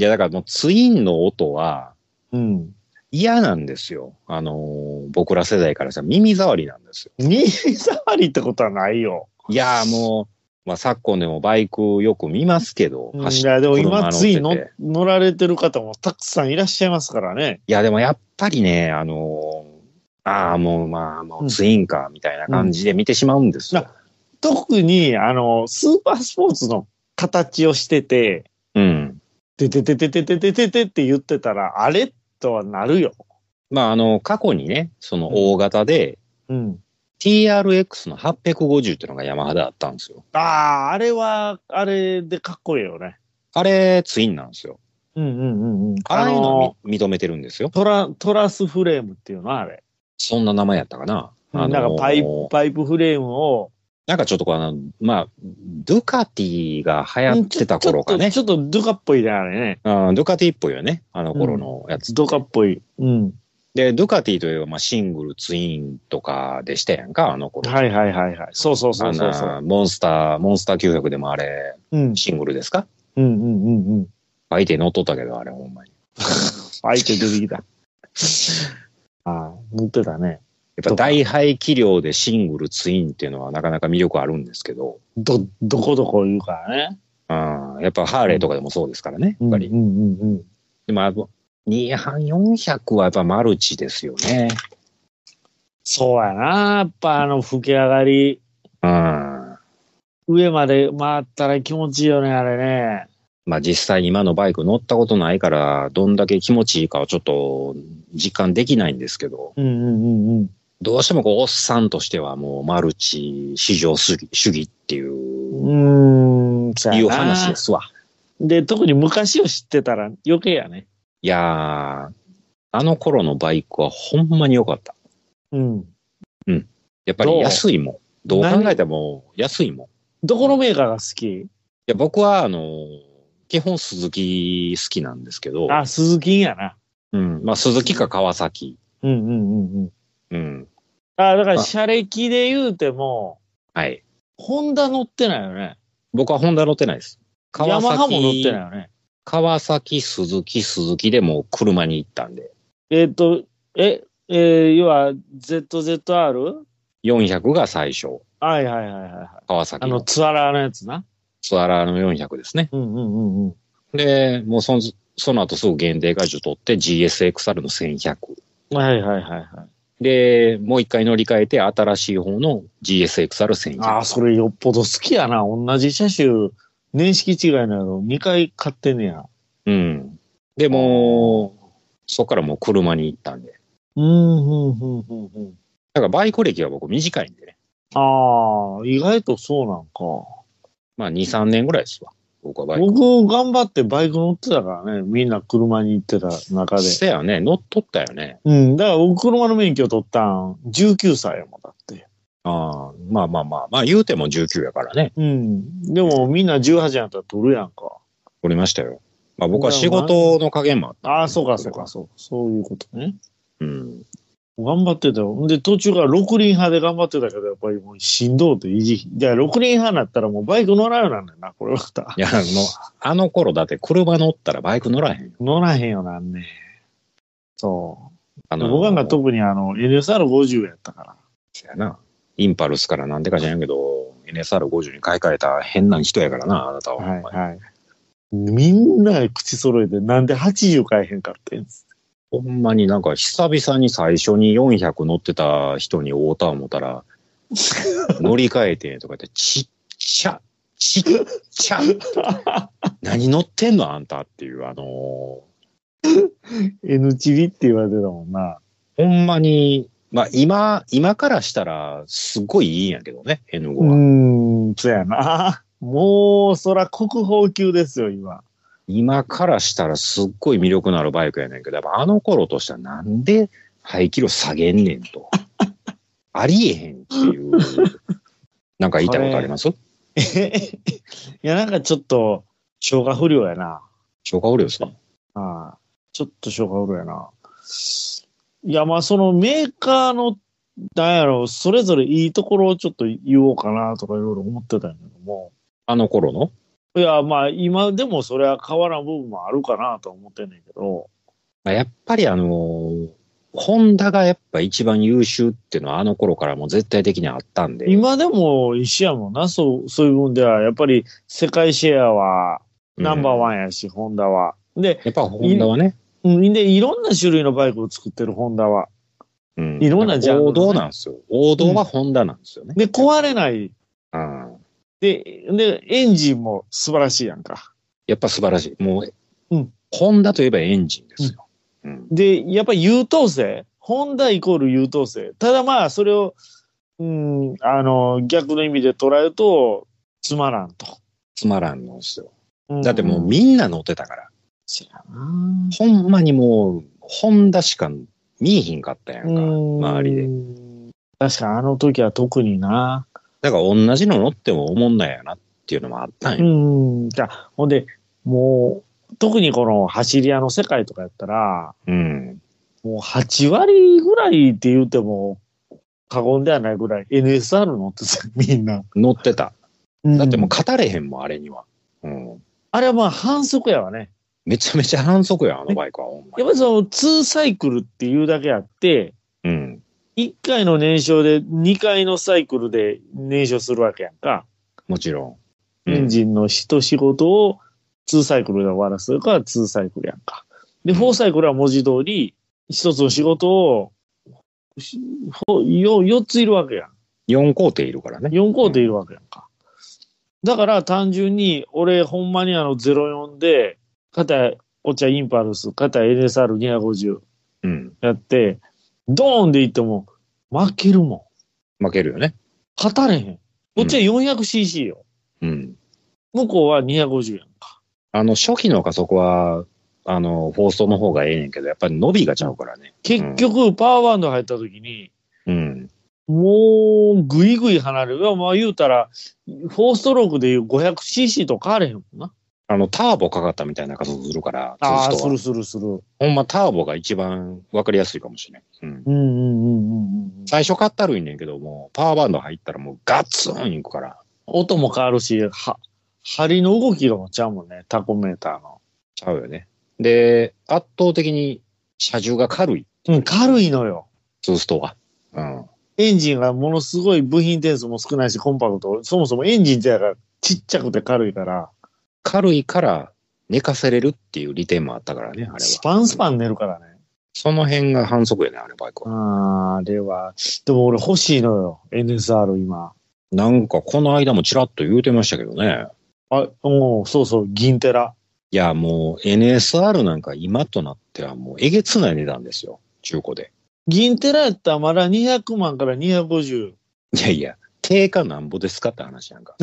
S2: や、だからもうツインの音は
S1: うん。
S2: 嫌なんですよ。あのー僕ら世代からしたら耳障りなんですよ。
S1: 耳障りってことはないよ。
S2: いやーもう、まあ昨今でもバイクよく見ますけど、
S1: うん
S2: 走っ
S1: いや、でも今
S2: 車乗って
S1: つ
S2: て
S1: い乗乗られてる方もたくさんいらっしゃいますからね。
S2: いや、でもやっぱりね、あのーああ、もうまあ、も
S1: うん
S2: うツインか、みたいな感じで見てしまうんですよ。
S1: 特に、あの、スーパースポーツの形をしてて、
S2: うん。
S1: てててててててててって言ってたら、あれとはなるよ。
S2: まあ、あの、過去にね、その大型で、
S1: うん。
S2: TRX の850っていうのがヤマハであったんですよ。
S1: ああ、あれは、あれでかっこいいよね。
S2: あれ、ツインなんですよ。
S1: うんうんうんうん。
S2: あ
S1: あ
S2: あいうのは
S1: の、
S2: み認めてるんですよ。
S1: トラ、トラスフレームっていうのあれ。
S2: そんな名前やったかな。あのー
S1: なんかパイプ、パイプフレームを、
S2: なんかちょっとこう、あの、まあ、ドゥカティが流行ってた頃かね。
S1: ちょっとちょっとドゥカっぽいね、あれね。
S2: うん、ドゥカティっぽいよね。あの頃のやつ。
S1: ドゥカっぽい。うん。
S2: で、ドゥカティといえば、まあ、シングル、ツインとかでしたやんか、あの頃。
S1: はいはいはいはい。そうそうそうそうそ
S2: あ
S1: う。
S2: のモンスター、モンスター900でもあれ、
S1: うん。
S2: シングルですか
S1: うんうんうんうん。
S2: 相手乗っとったけど、あれ、ほんまに。
S1: 相手出てきた。ああ、塗ってたね。
S2: やっぱ大排気量でシングル、ツインっていうのはなかなか魅力あるんですけど、
S1: ど、どこどこ言うからね。
S2: うん、やっぱハーレーとかでもそうですからね、やっぱり。
S1: うんうんうんうん。
S2: でもあの、2半400はやっぱマルチですよね。
S1: そうやな。やっぱあの、吹き上がり、
S2: うん。
S1: 上まで回ったら気持ちいいよね、あれね。
S2: まあ実際今のバイク乗ったことないから、どんだけ気持ちいいかはちょっと実感できないんですけど、
S1: うんうんうんうん。
S2: どうしてもこう、おっさんとしてはもうマルチ市場主義主義っていう、
S1: うーん、そう
S2: いう
S1: な
S2: 話ですわ。
S1: で、特に昔を知ってたら余計やね。
S2: いやー、あの頃のバイクはほんまに良かった。
S1: うん。
S2: やっぱ
S1: ど
S2: り
S1: う
S2: 安いもん。どう考えても安いもん。い
S1: どこのメーカーが好き
S2: や、僕は、あのー、基本鈴木好きなんですけど、
S1: あ、鈴木やな。
S2: うん。まあ、鈴木か川崎。
S1: うんうんうんうん。
S2: うん。
S1: あ、だから、
S2: あ
S1: 車歴で言うても、
S2: はい。
S1: ホンダ乗ってないよね。
S2: 僕はホンダ乗ってないです。
S1: ヤ
S2: 川崎
S1: マハも乗ってないよね。
S2: 川崎、鈴木、鈴木でもう車に行ったんで。
S1: えっ、と、え、えー要は ZZR?
S2: 400が最初。
S1: はいはいはいはいはい。
S2: 川崎
S1: あの、
S2: の
S1: ツアラーのやつな。
S2: ツアラーの400ですね。
S1: うんうんうんうん。
S2: で、もうその、その後すぐ限定外受取って GSXR の1100。
S1: はいはいはいはい。
S2: で、もう一回乗り換えて新しい方の GSXR1100。
S1: ああ、それよっぽど好きやな。同じ車種、年式違いなの2回買ってんねや。
S2: うん。でもう、そこからもう車に行ったんで。
S1: うん、うん、うん、うん、うん。
S2: だからバイク歴は僕短いんでね。
S1: ああ、意外とそうなんか。
S2: まあ2、3年ぐらいですわ。僕はバイク。
S1: 僕、頑張ってバイク乗ってたからね。みんな車に行ってた中で。
S2: せやね、乗っとったよね。
S1: うん。だから僕、車の免許取ったん、19歳やもん、だって。
S2: ああ、まあまあまあ、まあ言うても19やからね。
S1: うん。でも、みんな18やったら取るやんか。
S2: 取りましたよ。まあ僕は仕事の加減もあったんでね、
S1: ああ、そうか、そうか、そう。そういうことね。
S2: うん。
S1: 頑張ってたよ。で、途中から六輪派で頑張ってたけど、やっぱりもうしんどうって維持費。じゃあ、六輪派になったらもうバイク乗らんようになんだよな、これまた。
S2: いや、もう、あの頃だって車乗ったらバイク乗らへんよ。
S1: 乗らへんよなんね。そ
S2: あ
S1: う。
S2: の、
S1: 僕なんか特にあの、NSR50 やったから。
S2: せやな。インパルスからなんでかじゃんけど、NSR50 に買い替えた変な人やからな、あなたは。
S1: はい、はい。みんな口揃えて、なんで80買えへんかってんす。
S2: ほんまになんか久々に最初に400乗ってた人に会うた思った ら、乗り換えてとか言って、ちっちゃ、ちっちゃ、何乗ってんのあんたっていう、あのー
S1: N チビって言われてたもんな。
S2: ほんまに、まあ今、今からしたらすごいいいんやけどね、N5
S1: う
S2: は。
S1: ーん、そやな。 もう、そら国宝級ですよ、今。
S2: 今からしたらすっごい魅力のあるバイクやねんけど、やっぱあの頃としてはなんで 排気量下げんねんと。ありえへんっていう。なんか言いたいことあります
S1: いや、なんかちょっと、消化不良やな。
S2: 消化不良さん。
S1: ああちょっと消化不良やな。いや、まあ、そのメーカーの、なんやろ、それぞれいいところをちょっと言おうかなとかいろいろ思ってたんやけども。
S2: あの頃の
S1: いや、まあ、今でもそれは変わらん部分もあるかなとは思ってんねんけど。
S2: まあやっぱりあのーホンダがやっぱ一番優秀っていうのはあの頃からもう絶対的にあったんで。
S1: 今でも一緒やもんな、そう、そういう部分では。やっぱり世界シェアは
S2: うん
S1: ナンバーワンやし、ホンダは。で、
S2: やっぱホンダはね。
S1: うんで、いろんな種類のバイクを作ってるホンダは。
S2: うん
S1: いろんなジャンルの
S2: 王
S1: ね
S2: 道なんですよ。王道はホンダなんですよね。
S1: で、壊れない。
S2: うん。
S1: で、で、エンジンも素晴らしいやんか。
S2: やっぱ素晴らしい。もう、
S1: うん
S2: ホンダといえばエンジンですよ。うん。
S1: で、やっぱり優等生。ホンダイコール優等生。ただまあ、それを、うん、あの、逆の意味で捉えると、つまらんと。
S2: つまらんのですよ。
S1: うん
S2: だってもうみんな乗ってたから。
S1: 知らん
S2: ほんまにもう、ホンダしか見えひんかったやんか。周りで。
S1: で。確かにあの時は特にな。
S2: だから同じの乗っても思んないやなっていうのもあったん
S1: う
S2: よ。
S1: ん。じゃあほんで、もう、特にこの走り屋の世界とかやったら、
S2: うん。
S1: もう8割ぐらいって言っても過言ではないぐらい NSR 乗ってた、みんな。
S2: 乗ってた。だってもうん語れへんもん、あれには。うん。
S1: あれはまあ反則やわね。
S2: めちゃめちゃ反則や、あのバイクは、ほんま
S1: やっ
S2: に。
S1: ぱりその2サイクルっていうだけあって、
S2: うん。
S1: 1回の燃焼で2回のサイクルで燃焼するわけやんか。
S2: もちろん。う
S1: エン
S2: ん。
S1: ジンの一仕事を2サイクルで終わらせるから2サイクルやんか。で、
S2: うん
S1: 4サイクルは文字通り、一つの仕事をしほよ4ついるわけやん。
S2: 4工程いるからね。
S1: 4工程いるわけやんか。だから単純に、俺ほんまにあの04で、片やお茶インパルス、片や NSR250
S2: うん。
S1: やって、ドーンでいっても負けるもん。
S2: 負けるよね。
S1: 勝たれへん。こっちは 400cc よ。
S2: うん。
S1: 向こうは250やんか。
S2: あの、初期の加速は、あの、フォーストの方がええねんけど、やっぱり伸びがちゃうからね。
S1: 結局、パワーワンド入った時に、
S2: うん。
S1: もう、ぐいぐい離れる。いやまあ言うたら、4ストロークでいう 500cc と変われへんもんな。
S2: あの、ターボかかったみたいな加速するから、ツー
S1: あ
S2: ス
S1: あ、
S2: トは
S1: するするする。
S2: ほんまターボが一番わかりやすいかもしれん。うん。
S1: うんうんうんうんうん。
S2: 最初買ったるいねんけど、もうパワーバンド入ったらもうガッツンいくから、
S1: 音も変わるし、は、針の動きがもちゃうもんね、タコメーターの。
S2: ちゃうよね。で、圧倒的に車重が軽い、
S1: うん、軽いのよ。
S2: ツーストは。うん。
S1: エンジンがものすごい部品点数も少ないし、コンパクト。そもそもエンジンってやからちっちゃくて軽いから、
S2: 軽いから寝かせれるっていう利点もあったからね、あれは。
S1: スパンスパン寝るからね。
S2: その辺が反則やね、あれバイクは。
S1: ああ、では、でも俺欲しいのよ、NSR 今。
S2: なんかこの間もちらっと言うてましたけどね。
S1: あ、もう、そうそう、銀テラ。
S2: いや、もう NSR なんか今となってはもうえげつない値段ですよ、中古で。
S1: 銀テラやったらまだ200万から250。
S2: いやいや、定価なんぼですかって話 なんか。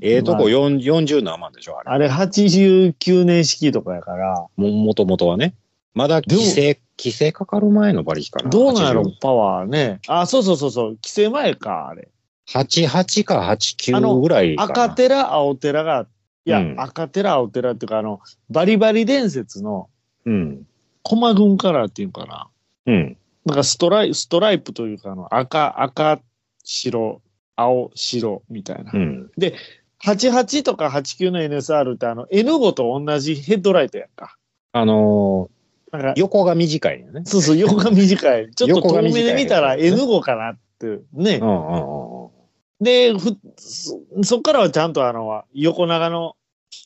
S2: ええとこ4 40何万でしょ、あれ。
S1: あれ89年式とかやから、
S2: ももともとはね。まだ規制、規制かかる前の馬力かな。
S1: どうなんやろ
S2: 80、
S1: パワーね。あ、そうそうそう、そう規制前か、あれ。
S2: 88か
S1: あ
S2: 89
S1: の
S2: ぐらいかな。
S1: 赤テラ、青テラが、いや、
S2: うん
S1: 赤テラ、青テラっていうか、あの、バリバリ伝説の
S2: うん。
S1: 駒軍カラーっていうかな。
S2: うん。
S1: なんかストライ、ストライプというか、あの、赤、赤、白、青、白みたいな
S2: う。ん。
S1: 88とか89の NSR ってあの N5 と同じヘッドライトやんか。
S2: あの
S1: なんか
S2: ー横が短いよね。
S1: そうそう、横が短 い。ちょっと
S2: 横が
S1: 遠
S2: 短い
S1: 目で見たら N5 かなって。ね
S2: う。んうんうん。
S1: で、ふそそっからはちゃんとあの、横長の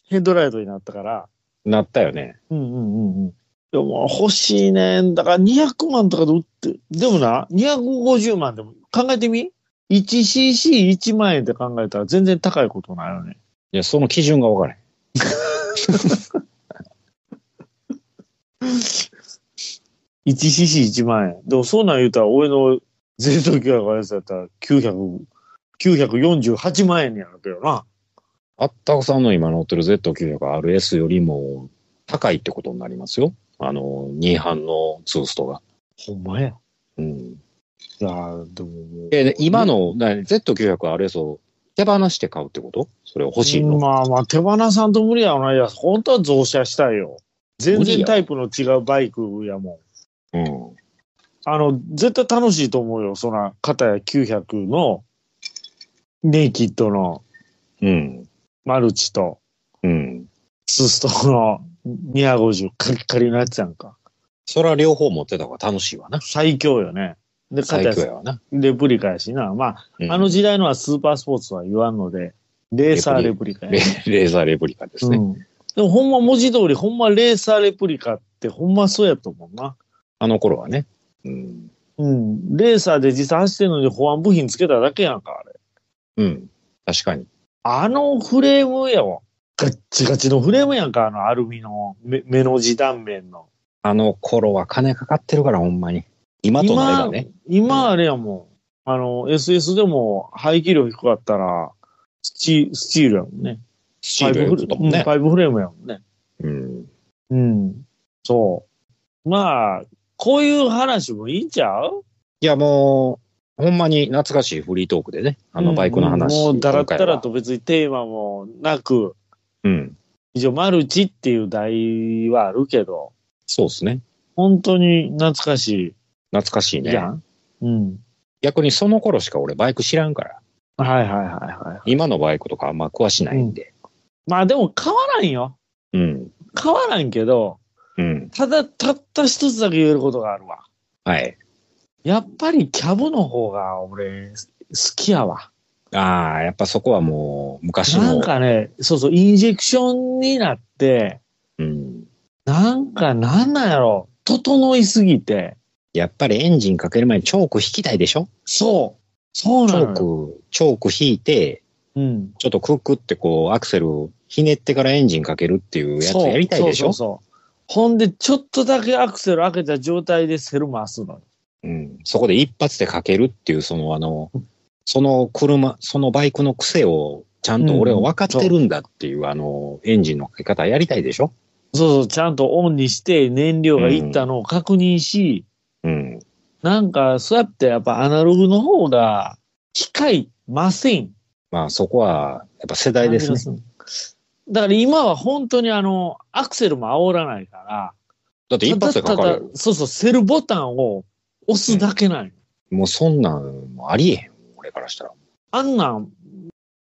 S1: ヘッドライトになったから。
S2: なったよね。
S1: うんうんうんうん。でも欲しいねん。だから200万とかで売って、でもな、250万でも考えてみ ?1cc1 万円って考えたら全然高いことないよね。
S2: いや、その基準が分からへん。
S1: 1cc1 万円。でもそんなん言うたら、俺の税当給与がやつやったら900、948万円になるけどな。
S2: あったくさんの今乗ってる Z900RS よりも高いってことになりますよ。あのー、2班のツーストが。
S1: ほんまや。
S2: うん。
S1: いやー、でももう。
S2: え、今の、な Z900 はあれそう、手放して買うってことそれを欲しいの。
S1: まあまあ、手放さんと無理やろな。いや、本当は増車したいよ。全
S2: 無理
S1: 然
S2: や
S1: タイプの違うバイクやもん。
S2: うん。
S1: あの、絶対楽しいと思うよ。そんな、片や900の、ネイキッドの
S2: うん。
S1: マルチと、
S2: うん。
S1: ツーストーの250カリカリのやつやんか。
S2: それは両方持ってた方が楽しいわな。
S1: 最強よね。で、片
S2: 最強や
S1: や
S2: わな。
S1: レプリカやしな。まあ、
S2: うん
S1: あの時代のはスーパースポーツは言わんので、レーサーレプリカや
S2: レレーザーレプリカですね。
S1: うん。でもほんま文字通り、ほんまレーサーレプリカってほんまそうやと思うな。
S2: あの頃はね。うん。
S1: うん。レーサーで実際走ってるのに保安部品つけただけやんか、あれ。
S2: うん。確かに。
S1: あのフレームやわ。ガッチガチのフレームやんか、あのアルミの目目の字断面の。
S2: あの頃は金かかってるから、ほんまに。今とないがね。
S1: 今あれやもん。あの、SS でも排気量低かったら、スチスチールやもんね。
S2: スチールやつだもん
S1: うん
S2: ね。
S1: パイプフレームやもんね。
S2: うん。
S1: うん。そう。まあ、こういう話もいいんちゃう
S2: いや、もう、ほんまに懐かしいフリートークでね。あのバイクの話。
S1: うんもうだらったら
S2: 今
S1: と別にテーマもなく、
S2: 回は。うん。
S1: 一応マルチっていう題はあるけど、
S2: そうですね。
S1: 本当に懐かし
S2: 懐かしい
S1: いじ
S2: ね
S1: ゃ。ん、うん。
S2: 逆にその頃しか俺バイク知らんから。
S1: はいはいはいは
S2: 今のバイクとかあんま詳しないんで。
S1: い。まあでも変わらんよ。
S2: うん。
S1: 変わらんけど、
S2: うん。
S1: ただ、たった一つだけ言えることがあるわ。
S2: はい。
S1: やっぱりキャブの方が俺、好きやわ。
S2: ああ、やっぱそこはもう昔の。
S1: なんかね、そうそう、インジェクションになって、
S2: うん。
S1: なんかなんなんやろ、整いすぎて、
S2: やっぱりエンジンかける前にチョーク引きたいでしょ
S1: そう、そう
S2: チ
S1: な
S2: ョ
S1: のよ。
S2: ーク、チョーク引いて、
S1: うん。
S2: ちょっとクックってこうアクセルをひねってからエンジンかけるっていうやつやりたいでしょ
S1: そうそうそうほんで、ちょっとだけアクセル開けた状態でセル回すの。
S2: うん。そこで一発でかけるっていう、そのあの、その車、そのバイクの癖をちゃんと俺は分かってるんだっていう、あの、エンジンのかけ方やりたいでしょ
S1: そうそう、ちゃんとオンにして燃料がいったのを確認し、
S2: うん。
S1: なんか、そうやってやっぱアナログの方が、機械ません。
S2: まあそこは、やっぱ世代です
S1: 感
S2: ね。
S1: じがするだから今は本当にあの、アクセルも煽らないから、
S2: だって一発でかかる
S1: た
S2: や
S1: だ
S2: ろ
S1: ただそうそう、セルボタンを押すだけなんよ
S2: もうそんなんもありえへん、俺からしたら。
S1: あんなん、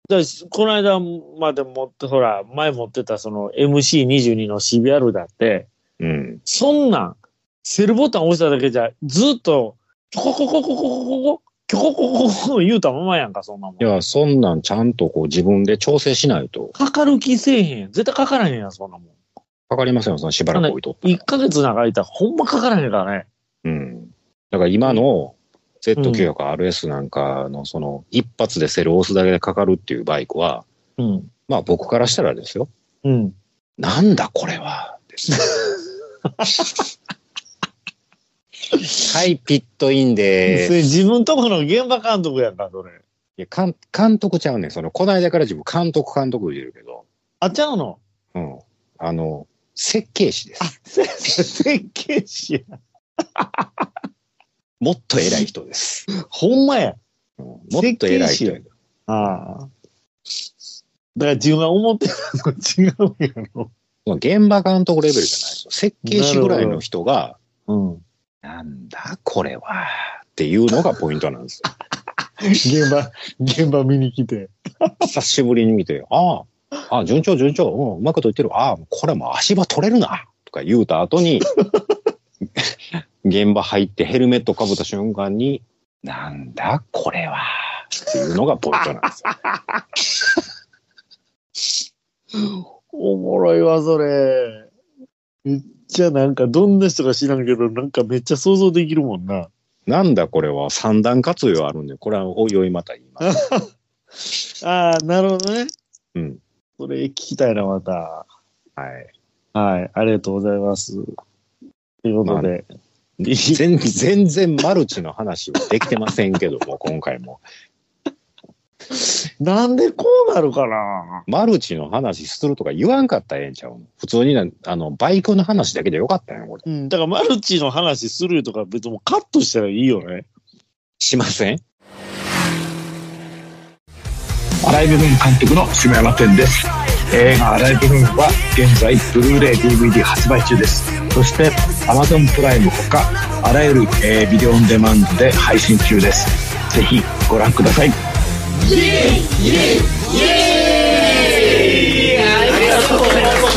S1: だしこの間まで持って、ほら、前持ってたその MC22 の CBR だって、
S2: うん。
S1: そんなん、セルボタン押しただけじゃ、ずっと、キョコココココココ、キョコココココ言うたままやんか、そんなもん
S2: い。や、そんなんちゃんとこう自分で調整しないと
S1: かかる気せえへん。絶対かからへんやん、そんなもん。
S2: かかりませんよ、そのしばらく置いとったら
S1: 1ヶ月なんかいたら、ほんまかからへんからね。
S2: うん。だから今の Z900、RS なんかのその一発でセルを押すだけでかかるっていうバイクは、
S1: うん。
S2: まあ僕からしたらですよ。
S1: うん。
S2: なんだこれは。です はい、ピットイン
S1: そ
S2: で
S1: れ自分とこの現場監督やんか、それ。
S2: いやかん監督ちゃうねん。その、こないだから自分監督監督言うてるけど、
S1: あちゃうの
S2: うん。あの、設計士です。
S1: せ設計士や
S2: もっと偉い人です。
S1: ほんまや。
S2: うんもっと偉い
S1: 設計
S2: 人
S1: 士やああ。だから自分が思ってたのと違うやろ。
S2: まあ現場監督レベルじゃないですよ。設計士ぐらいの人が、
S1: うん。
S2: なんだこれは、っていうのがポイントなんですよ。
S1: 現場、現場見に来て。
S2: 久しぶりに見て、ああ、あ順調順調、うん、うまくと言ってる、ああ、これもう足場取れるな、とか言うた後に、現場入ってヘルメットかぶった瞬間に、なんだこれは、っていうのがポイントなん ですよ。
S1: おもろいわ、それ。めっちゃなんか、どんな人か知らんけど、なんかめっちゃ想像できるもんな。
S2: なんだこれは三段活用あるんで、これはおいおいまた言います。
S1: ああ、なるほどね。
S2: うん。
S1: それ聞きたいな、また。
S2: はい。
S1: はい。ありがとうございます。ということで。
S2: 全全然マルチの話はできてませんけども、 今回も。
S1: なんでこうなるかな
S2: マルチの話するとか言わんかったらええんちゃうの普通にな、あの、バイクの話だけでよかったんや、これ。
S1: うん。だからマルチの話するとか別にもうカットしたらいいよね。
S2: しません
S3: アライブムーン監督の下山天です映画「アライブムーン」は現在ブルーレイ DVD 発売中ですそして Amazon プライムほかあらゆる、えービデオオンデマンドで配信中ですぜひご覧ください
S4: ありがとうございます。